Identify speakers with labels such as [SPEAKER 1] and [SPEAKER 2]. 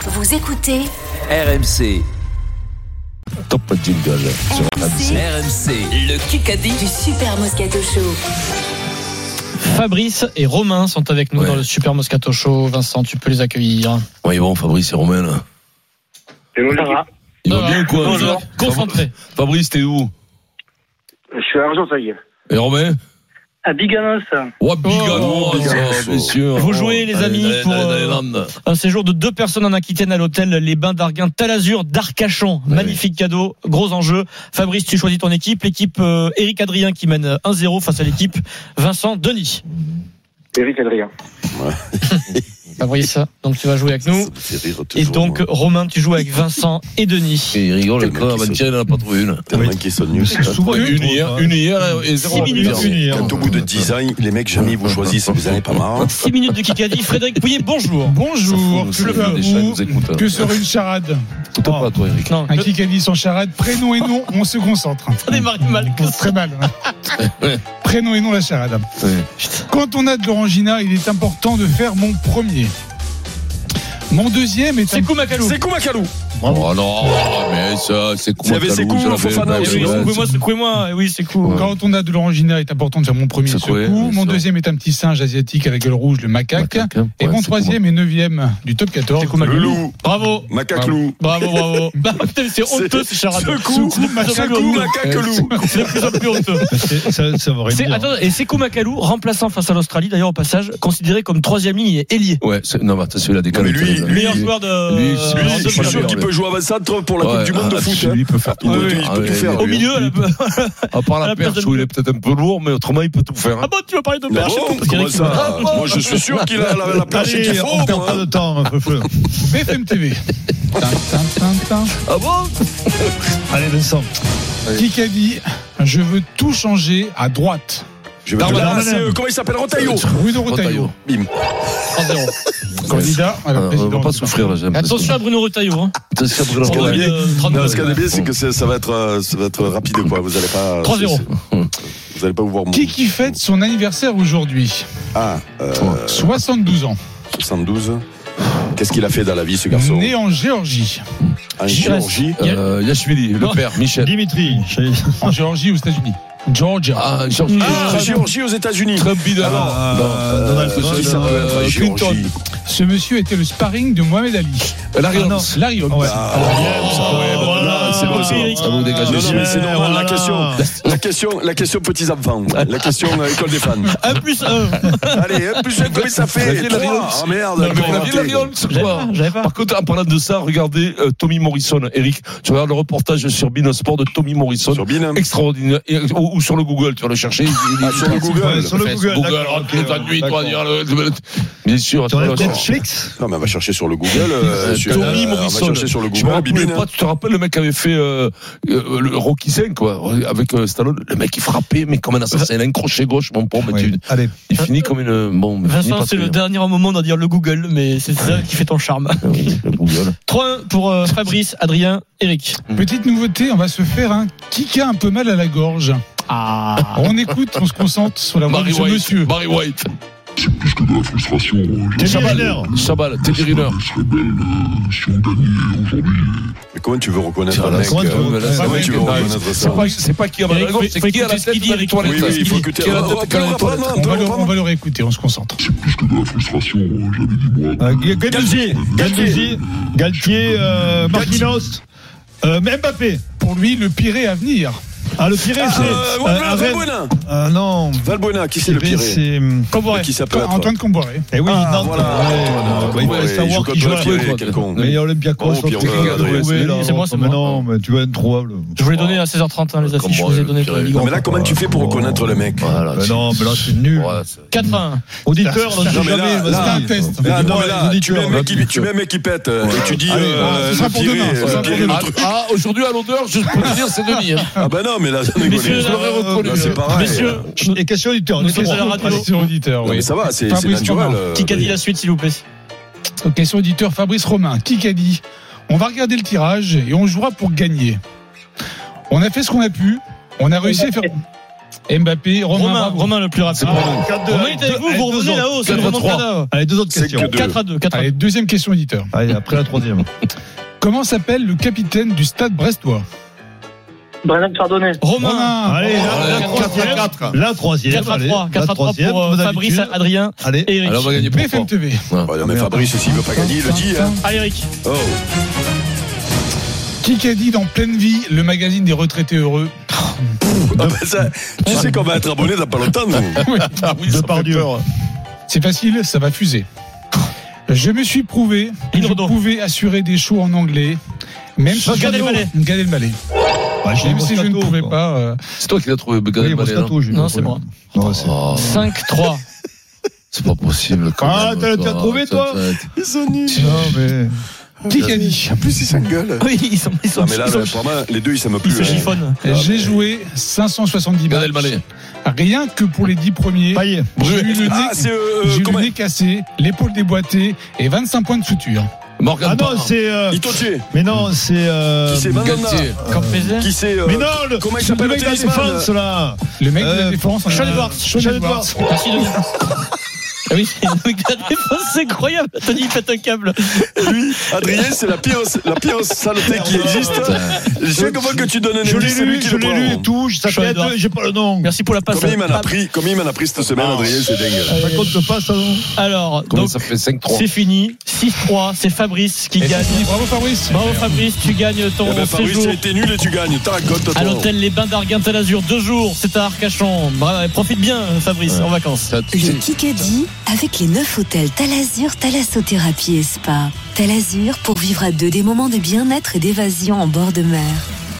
[SPEAKER 1] Vous écoutez
[SPEAKER 2] RMC.
[SPEAKER 3] Top jingle sur
[SPEAKER 1] RMC,
[SPEAKER 2] RMC, le Kikadi.
[SPEAKER 1] Ah, du Super Moscato Show.
[SPEAKER 4] Fabrice et Romain sont avec nous
[SPEAKER 3] Ouais.
[SPEAKER 4] dans le Super Moscato Show. Vincent, tu peux les accueillir.
[SPEAKER 3] Oui, bon, Fabrice et Romain, là.
[SPEAKER 5] Et bonjour.
[SPEAKER 3] Il va
[SPEAKER 4] Ah,
[SPEAKER 3] bien ou quoi
[SPEAKER 4] bonjour.
[SPEAKER 3] Fab-
[SPEAKER 4] Concentré.
[SPEAKER 3] Fabrice, t'es où
[SPEAKER 5] Je suis à Argenteuil.
[SPEAKER 3] Et Romain
[SPEAKER 5] À Biganos.
[SPEAKER 3] Oh, Bigano,
[SPEAKER 4] Oh,
[SPEAKER 3] ça, bien sûr.
[SPEAKER 4] Vous jouez, les
[SPEAKER 3] Allez,
[SPEAKER 4] amis,
[SPEAKER 3] allez,
[SPEAKER 4] pour,
[SPEAKER 3] allez, allez,
[SPEAKER 4] euh,
[SPEAKER 3] Landes.
[SPEAKER 4] Un séjour de deux personnes en Aquitaine à l'hôtel Les Bains d'Arguin, Talazur, d'Arcachon. Magnifique cadeau, gros enjeu. Fabrice, tu choisis ton équipe. L'équipe euh, Eric Adrien qui mène 1-0 face à l'équipe Vincent Denis.
[SPEAKER 5] Eric Adrien.
[SPEAKER 4] Fabrice, donc tu vas jouer avec nous. Et donc, Romain, tu joues avec Vincent et Denis.
[SPEAKER 3] Il rigole, le
[SPEAKER 6] Tellement
[SPEAKER 3] con,
[SPEAKER 6] qu'il
[SPEAKER 3] Manchel, il en a pas trouvé une.
[SPEAKER 6] Tellement qu'ils sont nuls. c'est pas-
[SPEAKER 4] Souvent,
[SPEAKER 3] Une hier, une hier euh, et zéro.
[SPEAKER 4] hein. Six minutes,
[SPEAKER 3] hier.
[SPEAKER 4] une hier.
[SPEAKER 6] Quand au bout de 10 ans, les mecs, jamais vous choisissent, vous en avez pas marre. hein.
[SPEAKER 4] 6 minutes de Kikadi. Frédéric Pouillet, bonjour.
[SPEAKER 7] Bonjour,
[SPEAKER 3] Ça
[SPEAKER 7] tu
[SPEAKER 3] fout,
[SPEAKER 7] le
[SPEAKER 3] ça
[SPEAKER 7] vas
[SPEAKER 3] fout des chats, ils nous
[SPEAKER 7] où
[SPEAKER 3] écoutent.
[SPEAKER 7] Que sur une charade
[SPEAKER 4] Oh.
[SPEAKER 3] Tout pas, toi, Eric.
[SPEAKER 4] Non,
[SPEAKER 7] À qui qu'a dit son charade Prénom et nom, on se concentre.
[SPEAKER 4] ça démarre mal.
[SPEAKER 7] On se Très mal. hein.
[SPEAKER 3] Ouais.
[SPEAKER 7] Prénom et nom, la charade.
[SPEAKER 3] Ouais.
[SPEAKER 7] Quand on a de l'orangina, il est important de faire mon premier. Mon deuxième est un...
[SPEAKER 4] C'est Koumakalou.
[SPEAKER 6] C'est Koumakalou
[SPEAKER 4] Ah
[SPEAKER 3] Oh non, mais ça, c'est cool.
[SPEAKER 6] S'il y avait Sekou, Fofana,
[SPEAKER 4] Eh oui,
[SPEAKER 6] Ouais,
[SPEAKER 4] secouez-moi, secouez-moi. Eh Oui, c'est cool.
[SPEAKER 7] Quand on a de l'orangina, il est important de faire mon premier
[SPEAKER 3] C'est
[SPEAKER 7] secours.
[SPEAKER 3] quoi, bien
[SPEAKER 7] Mon
[SPEAKER 3] sûr. hein.
[SPEAKER 7] deuxième est un petit singe asiatique à la gueule rouge, le macaque. Et mon troisième et neuvième du top 14.
[SPEAKER 4] C'est Koumakalou.
[SPEAKER 6] Le loup
[SPEAKER 4] Bravo.
[SPEAKER 6] Macaque loup
[SPEAKER 4] Bravo, bravo. Bah, putain, c'est honteux ce charade.
[SPEAKER 6] Sekou
[SPEAKER 4] C'est de plus en plus
[SPEAKER 6] Sekou
[SPEAKER 4] honteux.
[SPEAKER 6] Macaque loup
[SPEAKER 4] C'est de plus en plus honteux.
[SPEAKER 7] Ça, ça va
[SPEAKER 4] C'est- attends, et Sekou Makalou, remplaçant face à l'Australie, d'ailleurs, au passage, considéré comme troisième ligne et ailier.
[SPEAKER 3] Ouais, c'est- non, mais attends, celui-là décale.
[SPEAKER 6] Mais lui,
[SPEAKER 3] Lui,
[SPEAKER 4] Meilleur joueur de.
[SPEAKER 3] lui,
[SPEAKER 4] Euh, en
[SPEAKER 6] Lui, je suis
[SPEAKER 4] 2022.
[SPEAKER 6] sûr qu'il peut jouer avant-centre pour la Coupe du Monde de foot.
[SPEAKER 3] Lui,
[SPEAKER 6] hein.
[SPEAKER 3] ah, il peut faire tout.
[SPEAKER 6] Il peut-
[SPEAKER 3] Ouais,
[SPEAKER 6] il peut
[SPEAKER 3] ouais,
[SPEAKER 6] tout faire.
[SPEAKER 4] Au
[SPEAKER 3] hein. lui,
[SPEAKER 4] milieu,
[SPEAKER 3] il
[SPEAKER 4] elle
[SPEAKER 3] peut-
[SPEAKER 4] peut-
[SPEAKER 3] À part la
[SPEAKER 4] la
[SPEAKER 3] perche
[SPEAKER 4] place
[SPEAKER 3] où
[SPEAKER 4] de-
[SPEAKER 3] il est peut-être un peu lourd, mais autrement, il peut tout faire. hein.
[SPEAKER 4] Ah bon, tu vas parler de
[SPEAKER 6] Ah
[SPEAKER 4] perche
[SPEAKER 6] bon
[SPEAKER 4] parce qu'il y en a
[SPEAKER 6] Comment
[SPEAKER 4] qui- Ah
[SPEAKER 6] ça
[SPEAKER 4] bon
[SPEAKER 6] Moi, je suis sûr qu'il a la la planche qu'il faut. moi.
[SPEAKER 7] temps, BFM TV. Tin, tin, tin, tin.
[SPEAKER 3] Ah bon
[SPEAKER 7] Allez Vincent. Qui a dit Je veux tout changer à droite
[SPEAKER 6] Je vais te
[SPEAKER 7] Darmanin.
[SPEAKER 6] lancer, euh, Comment il s'appelle Rotaillot
[SPEAKER 7] Bruno
[SPEAKER 3] Rotaillot.
[SPEAKER 6] Bim.
[SPEAKER 7] Retailleau,
[SPEAKER 4] 3-0.
[SPEAKER 7] candidat à la
[SPEAKER 3] Ah, On
[SPEAKER 7] présidence.
[SPEAKER 3] va pas souffrir là, j'aime.
[SPEAKER 4] Attention à Bruno Retailleau. Hein.
[SPEAKER 3] Attention à Bruno
[SPEAKER 6] Parce qu'il y en a
[SPEAKER 3] Romain.
[SPEAKER 6] bien.
[SPEAKER 4] Euh,
[SPEAKER 6] Non,
[SPEAKER 4] 32.
[SPEAKER 6] ce qu'il y a de bien, c'est que c'est- ça va être, euh, ça va être rapide, quoi. Vous allez pas. euh,
[SPEAKER 4] 3-0.
[SPEAKER 6] Vous allez pas vous voir. mon-
[SPEAKER 7] Qui qui fête son anniversaire aujourd'hui
[SPEAKER 6] Ah, euh,
[SPEAKER 7] 72 ans.
[SPEAKER 6] 72. Qu'est-ce qu'il a fait dans la vie, ce garçon
[SPEAKER 7] Né en Géorgie.
[SPEAKER 6] En chirurgie.
[SPEAKER 3] Euh, Yashvili, le
[SPEAKER 4] Non.
[SPEAKER 3] père, Michel.
[SPEAKER 4] Dimitri.
[SPEAKER 7] En Géorgie aux États-Unis. Georgia.
[SPEAKER 3] Ah, George.
[SPEAKER 6] Ah, Géorgie aux États-Unis.
[SPEAKER 3] Trump bidon.
[SPEAKER 6] Alors,
[SPEAKER 3] Non, Ah,
[SPEAKER 7] Ah,
[SPEAKER 3] Donald
[SPEAKER 6] Qu'est-ce que ça peut être,
[SPEAKER 3] euh, Clinton.
[SPEAKER 6] Géorgie
[SPEAKER 7] Ce monsieur était le sparring de Mohamed Ali.
[SPEAKER 3] Euh, Larry
[SPEAKER 7] Ah non,
[SPEAKER 3] Holmes.
[SPEAKER 7] Larry Holmes.
[SPEAKER 6] Ah, ouais, ça, ouais, bon,
[SPEAKER 3] bah,
[SPEAKER 6] là, c'est bon, c'est bon.
[SPEAKER 3] Ah, vous dégagez.
[SPEAKER 6] Non, non, mais c'est
[SPEAKER 4] Ouais,
[SPEAKER 6] normal. La
[SPEAKER 4] voilà.
[SPEAKER 6] question, la question, la question petits enfants. La question euh, école des fans.
[SPEAKER 4] 1 plus 1.
[SPEAKER 6] Allez, un plus un, combien ça fait
[SPEAKER 3] Vas-y, Larry
[SPEAKER 6] Trois.
[SPEAKER 3] Holmes.
[SPEAKER 6] Ah merde,
[SPEAKER 3] Non, mais
[SPEAKER 6] comment
[SPEAKER 3] vous l'aviez,
[SPEAKER 6] raté
[SPEAKER 3] Larry Holmes, quoi.
[SPEAKER 4] J'avais pas.
[SPEAKER 3] Par contre, en parlant de ça, regardez euh, Tommy Morrison, Eric. Tu regardes le reportage sur Bean Sport de Tommy Morrison.
[SPEAKER 6] Sur hein. Bin.
[SPEAKER 3] Extraordinaire. Et- euh, ou, ou sur le Google, tu vas le chercher. il- il-
[SPEAKER 6] Ah, sur le Google.
[SPEAKER 3] Sur le Google, alors, toute la nuit, toi, dire le- le- Bien sûr, tu vas le chercher.
[SPEAKER 6] Non, mais on va chercher sur le Google. euh, sur-
[SPEAKER 3] Tommy
[SPEAKER 6] euh, On
[SPEAKER 3] Morrison.
[SPEAKER 6] va chercher sur le
[SPEAKER 3] Je me
[SPEAKER 6] Google.
[SPEAKER 3] rappelais
[SPEAKER 6] Bibine.
[SPEAKER 3] pas, tu te rappelles le mec qui avait fait euh, euh, le Rocky 5 quoi, avec euh, Stallone. Le mec il frappait, mais comme un assassin, il a un crochet gauche, mon pauvre. mais tu-
[SPEAKER 7] Allez.
[SPEAKER 3] Il finit comme une. Bon, mais il finit
[SPEAKER 4] Vincent,
[SPEAKER 3] pas
[SPEAKER 4] c'est
[SPEAKER 3] très
[SPEAKER 4] le
[SPEAKER 3] bien.
[SPEAKER 4] dernier moment d'en dire le Google, mais c'est ça qui fait ton charme.
[SPEAKER 3] Oui, le Google.
[SPEAKER 4] 3-1 pour euh, Fabrice, Adrien, Eric.
[SPEAKER 3] Mm.
[SPEAKER 7] Petite nouveauté, on va se faire un kika un peu mal à la gorge.
[SPEAKER 4] Ah.
[SPEAKER 7] On écoute, on se concentre sur la voix de
[SPEAKER 3] Barry
[SPEAKER 7] ce
[SPEAKER 3] White.
[SPEAKER 7] monsieur.
[SPEAKER 3] Barry White.
[SPEAKER 8] frustration.
[SPEAKER 3] Chabal. Chabal. Teddy Riner.
[SPEAKER 6] Mais hein. comment tu veux reconnaître
[SPEAKER 3] Ah,
[SPEAKER 6] un
[SPEAKER 3] là,
[SPEAKER 6] mec
[SPEAKER 3] comment tu veux
[SPEAKER 6] euh,
[SPEAKER 3] reconnaître
[SPEAKER 6] Comment
[SPEAKER 7] ça
[SPEAKER 6] tu veux
[SPEAKER 7] Ouais,
[SPEAKER 6] reconnaître ça
[SPEAKER 7] c'est pas-
[SPEAKER 3] C'est pas qui a mal à la
[SPEAKER 4] Eric,
[SPEAKER 3] gorge,
[SPEAKER 4] faut-
[SPEAKER 3] c'est
[SPEAKER 4] faut
[SPEAKER 3] qui a la
[SPEAKER 4] écouter ce
[SPEAKER 3] tête
[SPEAKER 4] qu'il
[SPEAKER 3] dans les
[SPEAKER 4] dit,
[SPEAKER 3] toilettes.
[SPEAKER 6] Oui, oui, il faut écouter.
[SPEAKER 3] Qui a la
[SPEAKER 6] On
[SPEAKER 3] tête
[SPEAKER 6] va-
[SPEAKER 3] dans
[SPEAKER 6] on
[SPEAKER 3] les
[SPEAKER 6] va
[SPEAKER 3] toilettes.
[SPEAKER 6] prendre un
[SPEAKER 7] On
[SPEAKER 6] peu,
[SPEAKER 7] va
[SPEAKER 6] on
[SPEAKER 7] le,
[SPEAKER 6] va
[SPEAKER 7] on va le réécouter, on se concentre.
[SPEAKER 8] C'est plus que de la frustration. J'avais dit moi.
[SPEAKER 7] Euh,
[SPEAKER 6] Galtier, Galtier,
[SPEAKER 9] Galtier, euh, Marquinhos, euh, Mbappé.
[SPEAKER 7] Pour lui, le pire est à venir.
[SPEAKER 9] Ah, le piré, c'est.
[SPEAKER 6] Euh, ouais,
[SPEAKER 9] euh,
[SPEAKER 6] Val-
[SPEAKER 9] un Rennes.
[SPEAKER 6] Valbuena.
[SPEAKER 9] Ah, non,
[SPEAKER 6] Valbuena, qui
[SPEAKER 7] Eh ben,
[SPEAKER 6] c'est le
[SPEAKER 9] piré,
[SPEAKER 6] pire
[SPEAKER 9] c'est. hum,
[SPEAKER 4] Comboiré.
[SPEAKER 6] Qui ça peut
[SPEAKER 7] Comme
[SPEAKER 6] être
[SPEAKER 7] euh, Antoine Comboiré.
[SPEAKER 9] Eh oui,
[SPEAKER 6] Ah,
[SPEAKER 9] Nantes,
[SPEAKER 6] voilà.
[SPEAKER 9] ouais,
[SPEAKER 7] euh,
[SPEAKER 6] Antoine,
[SPEAKER 9] ouais, il faut
[SPEAKER 6] ouais, il joue
[SPEAKER 9] savoir qui
[SPEAKER 6] contre
[SPEAKER 9] joue
[SPEAKER 6] le
[SPEAKER 9] à la
[SPEAKER 6] piré,
[SPEAKER 9] Juve.
[SPEAKER 6] quel con.
[SPEAKER 9] Mais Olympiakos,
[SPEAKER 6] Oh,
[SPEAKER 9] l'autre
[SPEAKER 6] Pierrot,
[SPEAKER 9] qui a
[SPEAKER 6] Adrien,
[SPEAKER 9] trouvé,
[SPEAKER 3] c'est-
[SPEAKER 9] là,
[SPEAKER 4] c'est moi, c'est
[SPEAKER 9] mais
[SPEAKER 4] moi.
[SPEAKER 9] Non, mais tu vas être trouvable.
[SPEAKER 4] Je vous l'ai donné à 16h30, hein, les affiches. Je vous les ai donné pour la Ligue
[SPEAKER 6] Non,
[SPEAKER 4] un.
[SPEAKER 6] mais là, comment tu fais pour reconnaître le mec
[SPEAKER 3] Voilà.
[SPEAKER 4] Euh,
[SPEAKER 9] Mais non, mais Ah, là, c'est nul.
[SPEAKER 3] Ouais, c'est-
[SPEAKER 4] 4-1.
[SPEAKER 9] Auditeur, on ne
[SPEAKER 6] Non,
[SPEAKER 9] sait
[SPEAKER 6] mais là,
[SPEAKER 9] jamais.
[SPEAKER 6] là,
[SPEAKER 9] vas-y.
[SPEAKER 7] c'est un test.
[SPEAKER 9] Mais
[SPEAKER 6] Là,
[SPEAKER 9] dis-moi,
[SPEAKER 6] non, mais là,
[SPEAKER 9] les
[SPEAKER 6] tu mets un
[SPEAKER 9] auditeurs,
[SPEAKER 6] mec qui,
[SPEAKER 9] là,
[SPEAKER 6] tu mets un mec qui pète euh, et tu dis
[SPEAKER 9] Allez,
[SPEAKER 6] euh,
[SPEAKER 7] ce sera
[SPEAKER 6] le
[SPEAKER 7] pour
[SPEAKER 6] piré,
[SPEAKER 7] demain,
[SPEAKER 6] euh,
[SPEAKER 7] ce sera
[SPEAKER 6] le
[SPEAKER 7] pour
[SPEAKER 6] piré,
[SPEAKER 7] demain.
[SPEAKER 3] Ah,
[SPEAKER 6] le truc.
[SPEAKER 3] ah, aujourd'hui, à l'odeur, je peux te dire, c'est Denis. hein.
[SPEAKER 6] Ah bah non, mais là, ça déconne.
[SPEAKER 4] Messieurs,
[SPEAKER 3] Je l'aurais
[SPEAKER 4] euh,
[SPEAKER 3] reconnu.
[SPEAKER 6] Là, c'est pareil.
[SPEAKER 4] Messieurs,
[SPEAKER 9] tu- Et question auditeur,
[SPEAKER 4] Nous
[SPEAKER 9] nous
[SPEAKER 4] sommes à la
[SPEAKER 9] sommes-
[SPEAKER 4] radio.
[SPEAKER 7] Allez, c'est auditeur.
[SPEAKER 6] Non,
[SPEAKER 7] oui.
[SPEAKER 6] Ah, mais ça va, c'est c'est
[SPEAKER 7] Fabrice
[SPEAKER 6] naturel.
[SPEAKER 7] Thomas.
[SPEAKER 6] euh,
[SPEAKER 4] qui a dit la suite, s'il vous plaît
[SPEAKER 7] Question auditeur Fabrice Romain. Qui a dit On va regarder le tirage et on jouera pour gagner. On a fait ce qu'on a pu. On a réussi à faire. Mbappé, Romain.
[SPEAKER 4] Romain,
[SPEAKER 7] Bravo.
[SPEAKER 4] Romain le plus rapide. Ah.
[SPEAKER 9] Romain.
[SPEAKER 4] Romain est avec vous, vous revenez là-haut, c'est le
[SPEAKER 3] 4 à 3.
[SPEAKER 4] remontada.
[SPEAKER 9] Allez, deux autres
[SPEAKER 6] C'est
[SPEAKER 9] questions.
[SPEAKER 6] que deux.
[SPEAKER 4] 4 à 2, 4 à 2.
[SPEAKER 7] Allez, deuxième question auditeur.
[SPEAKER 9] Allez, après la troisième.
[SPEAKER 7] Comment s'appelle le capitaine du stade brestois
[SPEAKER 5] Brennan Chardonnay.
[SPEAKER 4] Romain,
[SPEAKER 7] Romain.
[SPEAKER 9] Allez, la, la
[SPEAKER 4] Allez,
[SPEAKER 9] troisième.
[SPEAKER 4] quatre à
[SPEAKER 9] La troisième.
[SPEAKER 4] 4 à 3,
[SPEAKER 9] allez,
[SPEAKER 4] 4
[SPEAKER 9] la
[SPEAKER 4] à 3
[SPEAKER 9] troisième,
[SPEAKER 4] pour euh,
[SPEAKER 9] comme
[SPEAKER 4] Fabrice,
[SPEAKER 9] d'habitude.
[SPEAKER 4] Adrien,
[SPEAKER 9] Allez.
[SPEAKER 4] et Eric.
[SPEAKER 3] Alors on va gagner pour
[SPEAKER 7] BFM TV.
[SPEAKER 6] Bah, non, mais Fabrice, s'il veut pas gagner, il le dit. Hein.
[SPEAKER 4] Allez Ah, Eric,
[SPEAKER 6] Oh.
[SPEAKER 7] Qui qu'a dit dans Pleine Vie, le magazine des retraités heureux
[SPEAKER 6] Ah bah, ça, tu sais qu'on va être abonné dans pas longtemps, nous.
[SPEAKER 3] Ah oui, ça fait
[SPEAKER 9] Depardieu.
[SPEAKER 3] peur.
[SPEAKER 7] C'est facile, ça va fuser. Je me suis prouvé que
[SPEAKER 4] Lynn
[SPEAKER 7] je
[SPEAKER 4] Renaud.
[SPEAKER 7] pouvais assurer des shows en anglais, même si
[SPEAKER 4] Gad
[SPEAKER 7] je-
[SPEAKER 4] Elmaleh.
[SPEAKER 7] Gad Elmaleh.
[SPEAKER 9] Bah, j'ai
[SPEAKER 7] Même si je ne
[SPEAKER 9] Moscato,
[SPEAKER 7] pouvais
[SPEAKER 9] quoi.
[SPEAKER 7] pas. euh,
[SPEAKER 3] C'est toi qui l'as trouvé, Gad
[SPEAKER 9] Oui,
[SPEAKER 3] Elmaleh, non
[SPEAKER 9] Moscato, j'ai
[SPEAKER 4] Non,
[SPEAKER 9] pas
[SPEAKER 4] c'est moi.
[SPEAKER 9] trouvé. Non, Ah c'est-
[SPEAKER 3] hein. Oh,
[SPEAKER 4] 5-3.
[SPEAKER 3] C'est pas possible. quand
[SPEAKER 9] Ah,
[SPEAKER 3] même,
[SPEAKER 9] t'as- t'as trouvé, toi
[SPEAKER 3] t'as-
[SPEAKER 6] Ils sont nuls.
[SPEAKER 9] Non, Ah, mais.
[SPEAKER 7] Qui qu'a dit
[SPEAKER 6] En plus, ils s'engueulent.
[SPEAKER 4] Oui, ils sont, ils sont,
[SPEAKER 6] Non, Ah, bah, mais là,
[SPEAKER 4] ils sont-
[SPEAKER 6] vraiment, les deux, ils s'aiment
[SPEAKER 4] ils
[SPEAKER 6] plus.
[SPEAKER 4] se
[SPEAKER 6] hein.
[SPEAKER 4] chiffonnent.
[SPEAKER 7] J'ai joué 570
[SPEAKER 3] Gad
[SPEAKER 7] matchs.
[SPEAKER 3] Elmaleh.
[SPEAKER 7] Rien que pour les 10 premiers,
[SPEAKER 9] Payet.
[SPEAKER 7] j'ai eu le nez,
[SPEAKER 6] Bah, Ah, c'est. euh,
[SPEAKER 7] j'ai eu le
[SPEAKER 6] comment
[SPEAKER 7] nez cassé, l'épaule déboîtée et 25 points de suture.
[SPEAKER 3] Morgan
[SPEAKER 9] Ah non, c'est. euh,
[SPEAKER 6] Ils t'ont tué.
[SPEAKER 9] Mais non, c'est. euh,
[SPEAKER 6] Qui c'est Mandanda
[SPEAKER 3] Galtier.
[SPEAKER 4] Quand Pézet
[SPEAKER 6] Qui c'est. euh,
[SPEAKER 9] Mais non, le,
[SPEAKER 6] Comment il s'appelle
[SPEAKER 9] le mec
[SPEAKER 6] le
[SPEAKER 9] de la
[SPEAKER 6] tennisman,
[SPEAKER 9] défense là
[SPEAKER 7] Le mec de
[SPEAKER 9] Euh,
[SPEAKER 7] la défense,
[SPEAKER 4] Sean
[SPEAKER 7] euh,
[SPEAKER 4] Edwards.
[SPEAKER 7] Sean
[SPEAKER 9] Sean
[SPEAKER 7] Edwards.
[SPEAKER 9] Edwards.
[SPEAKER 4] Merci Denis. Ah oui, c'est le mec de la défense, c'est incroyable. Tony, il pète un câble.
[SPEAKER 6] Adrien, c'est la pire, la pire saleté qui existe. Chaque fois que tu donnes un
[SPEAKER 9] Ah, Je l'ai
[SPEAKER 6] indice, c'est lui
[SPEAKER 9] lu,
[SPEAKER 6] qui
[SPEAKER 9] je
[SPEAKER 6] le
[SPEAKER 9] l'ai
[SPEAKER 6] prend. hein.
[SPEAKER 9] lu et tout, ah. je
[SPEAKER 4] Sean
[SPEAKER 9] t'appelle,
[SPEAKER 4] Edwards.
[SPEAKER 9] j'ai pas le nom.
[SPEAKER 4] Merci pour la passe.
[SPEAKER 6] Combien il m'en a pris, combien il m'en a pris cette semaine,
[SPEAKER 9] Ah.
[SPEAKER 6] Adrien, c'est dingue.
[SPEAKER 9] Par contre, le passe avant.
[SPEAKER 4] Alors,
[SPEAKER 3] Comment
[SPEAKER 4] donc,
[SPEAKER 3] ça fait 5-3
[SPEAKER 4] c'est fini. 6-3, c'est Fabrice qui
[SPEAKER 7] Et
[SPEAKER 4] gagne.
[SPEAKER 7] c'est fini. Bravo Fabrice.
[SPEAKER 4] Bravo Fabrice, tu gagnes ton
[SPEAKER 6] Eh ben, Fabrice,
[SPEAKER 4] séjour.
[SPEAKER 6] t'as été nul et tu gagnes. T'as raconte, toi.
[SPEAKER 4] À l'hôtel Les Bains d'Arguin Talazur, deux jours, c'est à Arcachon. Bravo, et profite bien, Fabrice, en vacances.
[SPEAKER 3] Ça-
[SPEAKER 1] Le
[SPEAKER 3] c'est-
[SPEAKER 1] Kikadi avec les 9 hôtels Talazur, Thalassothérapie et Spa. Talazur pour vivre à deux des moments de bien-être et d'évasion en bord de mer.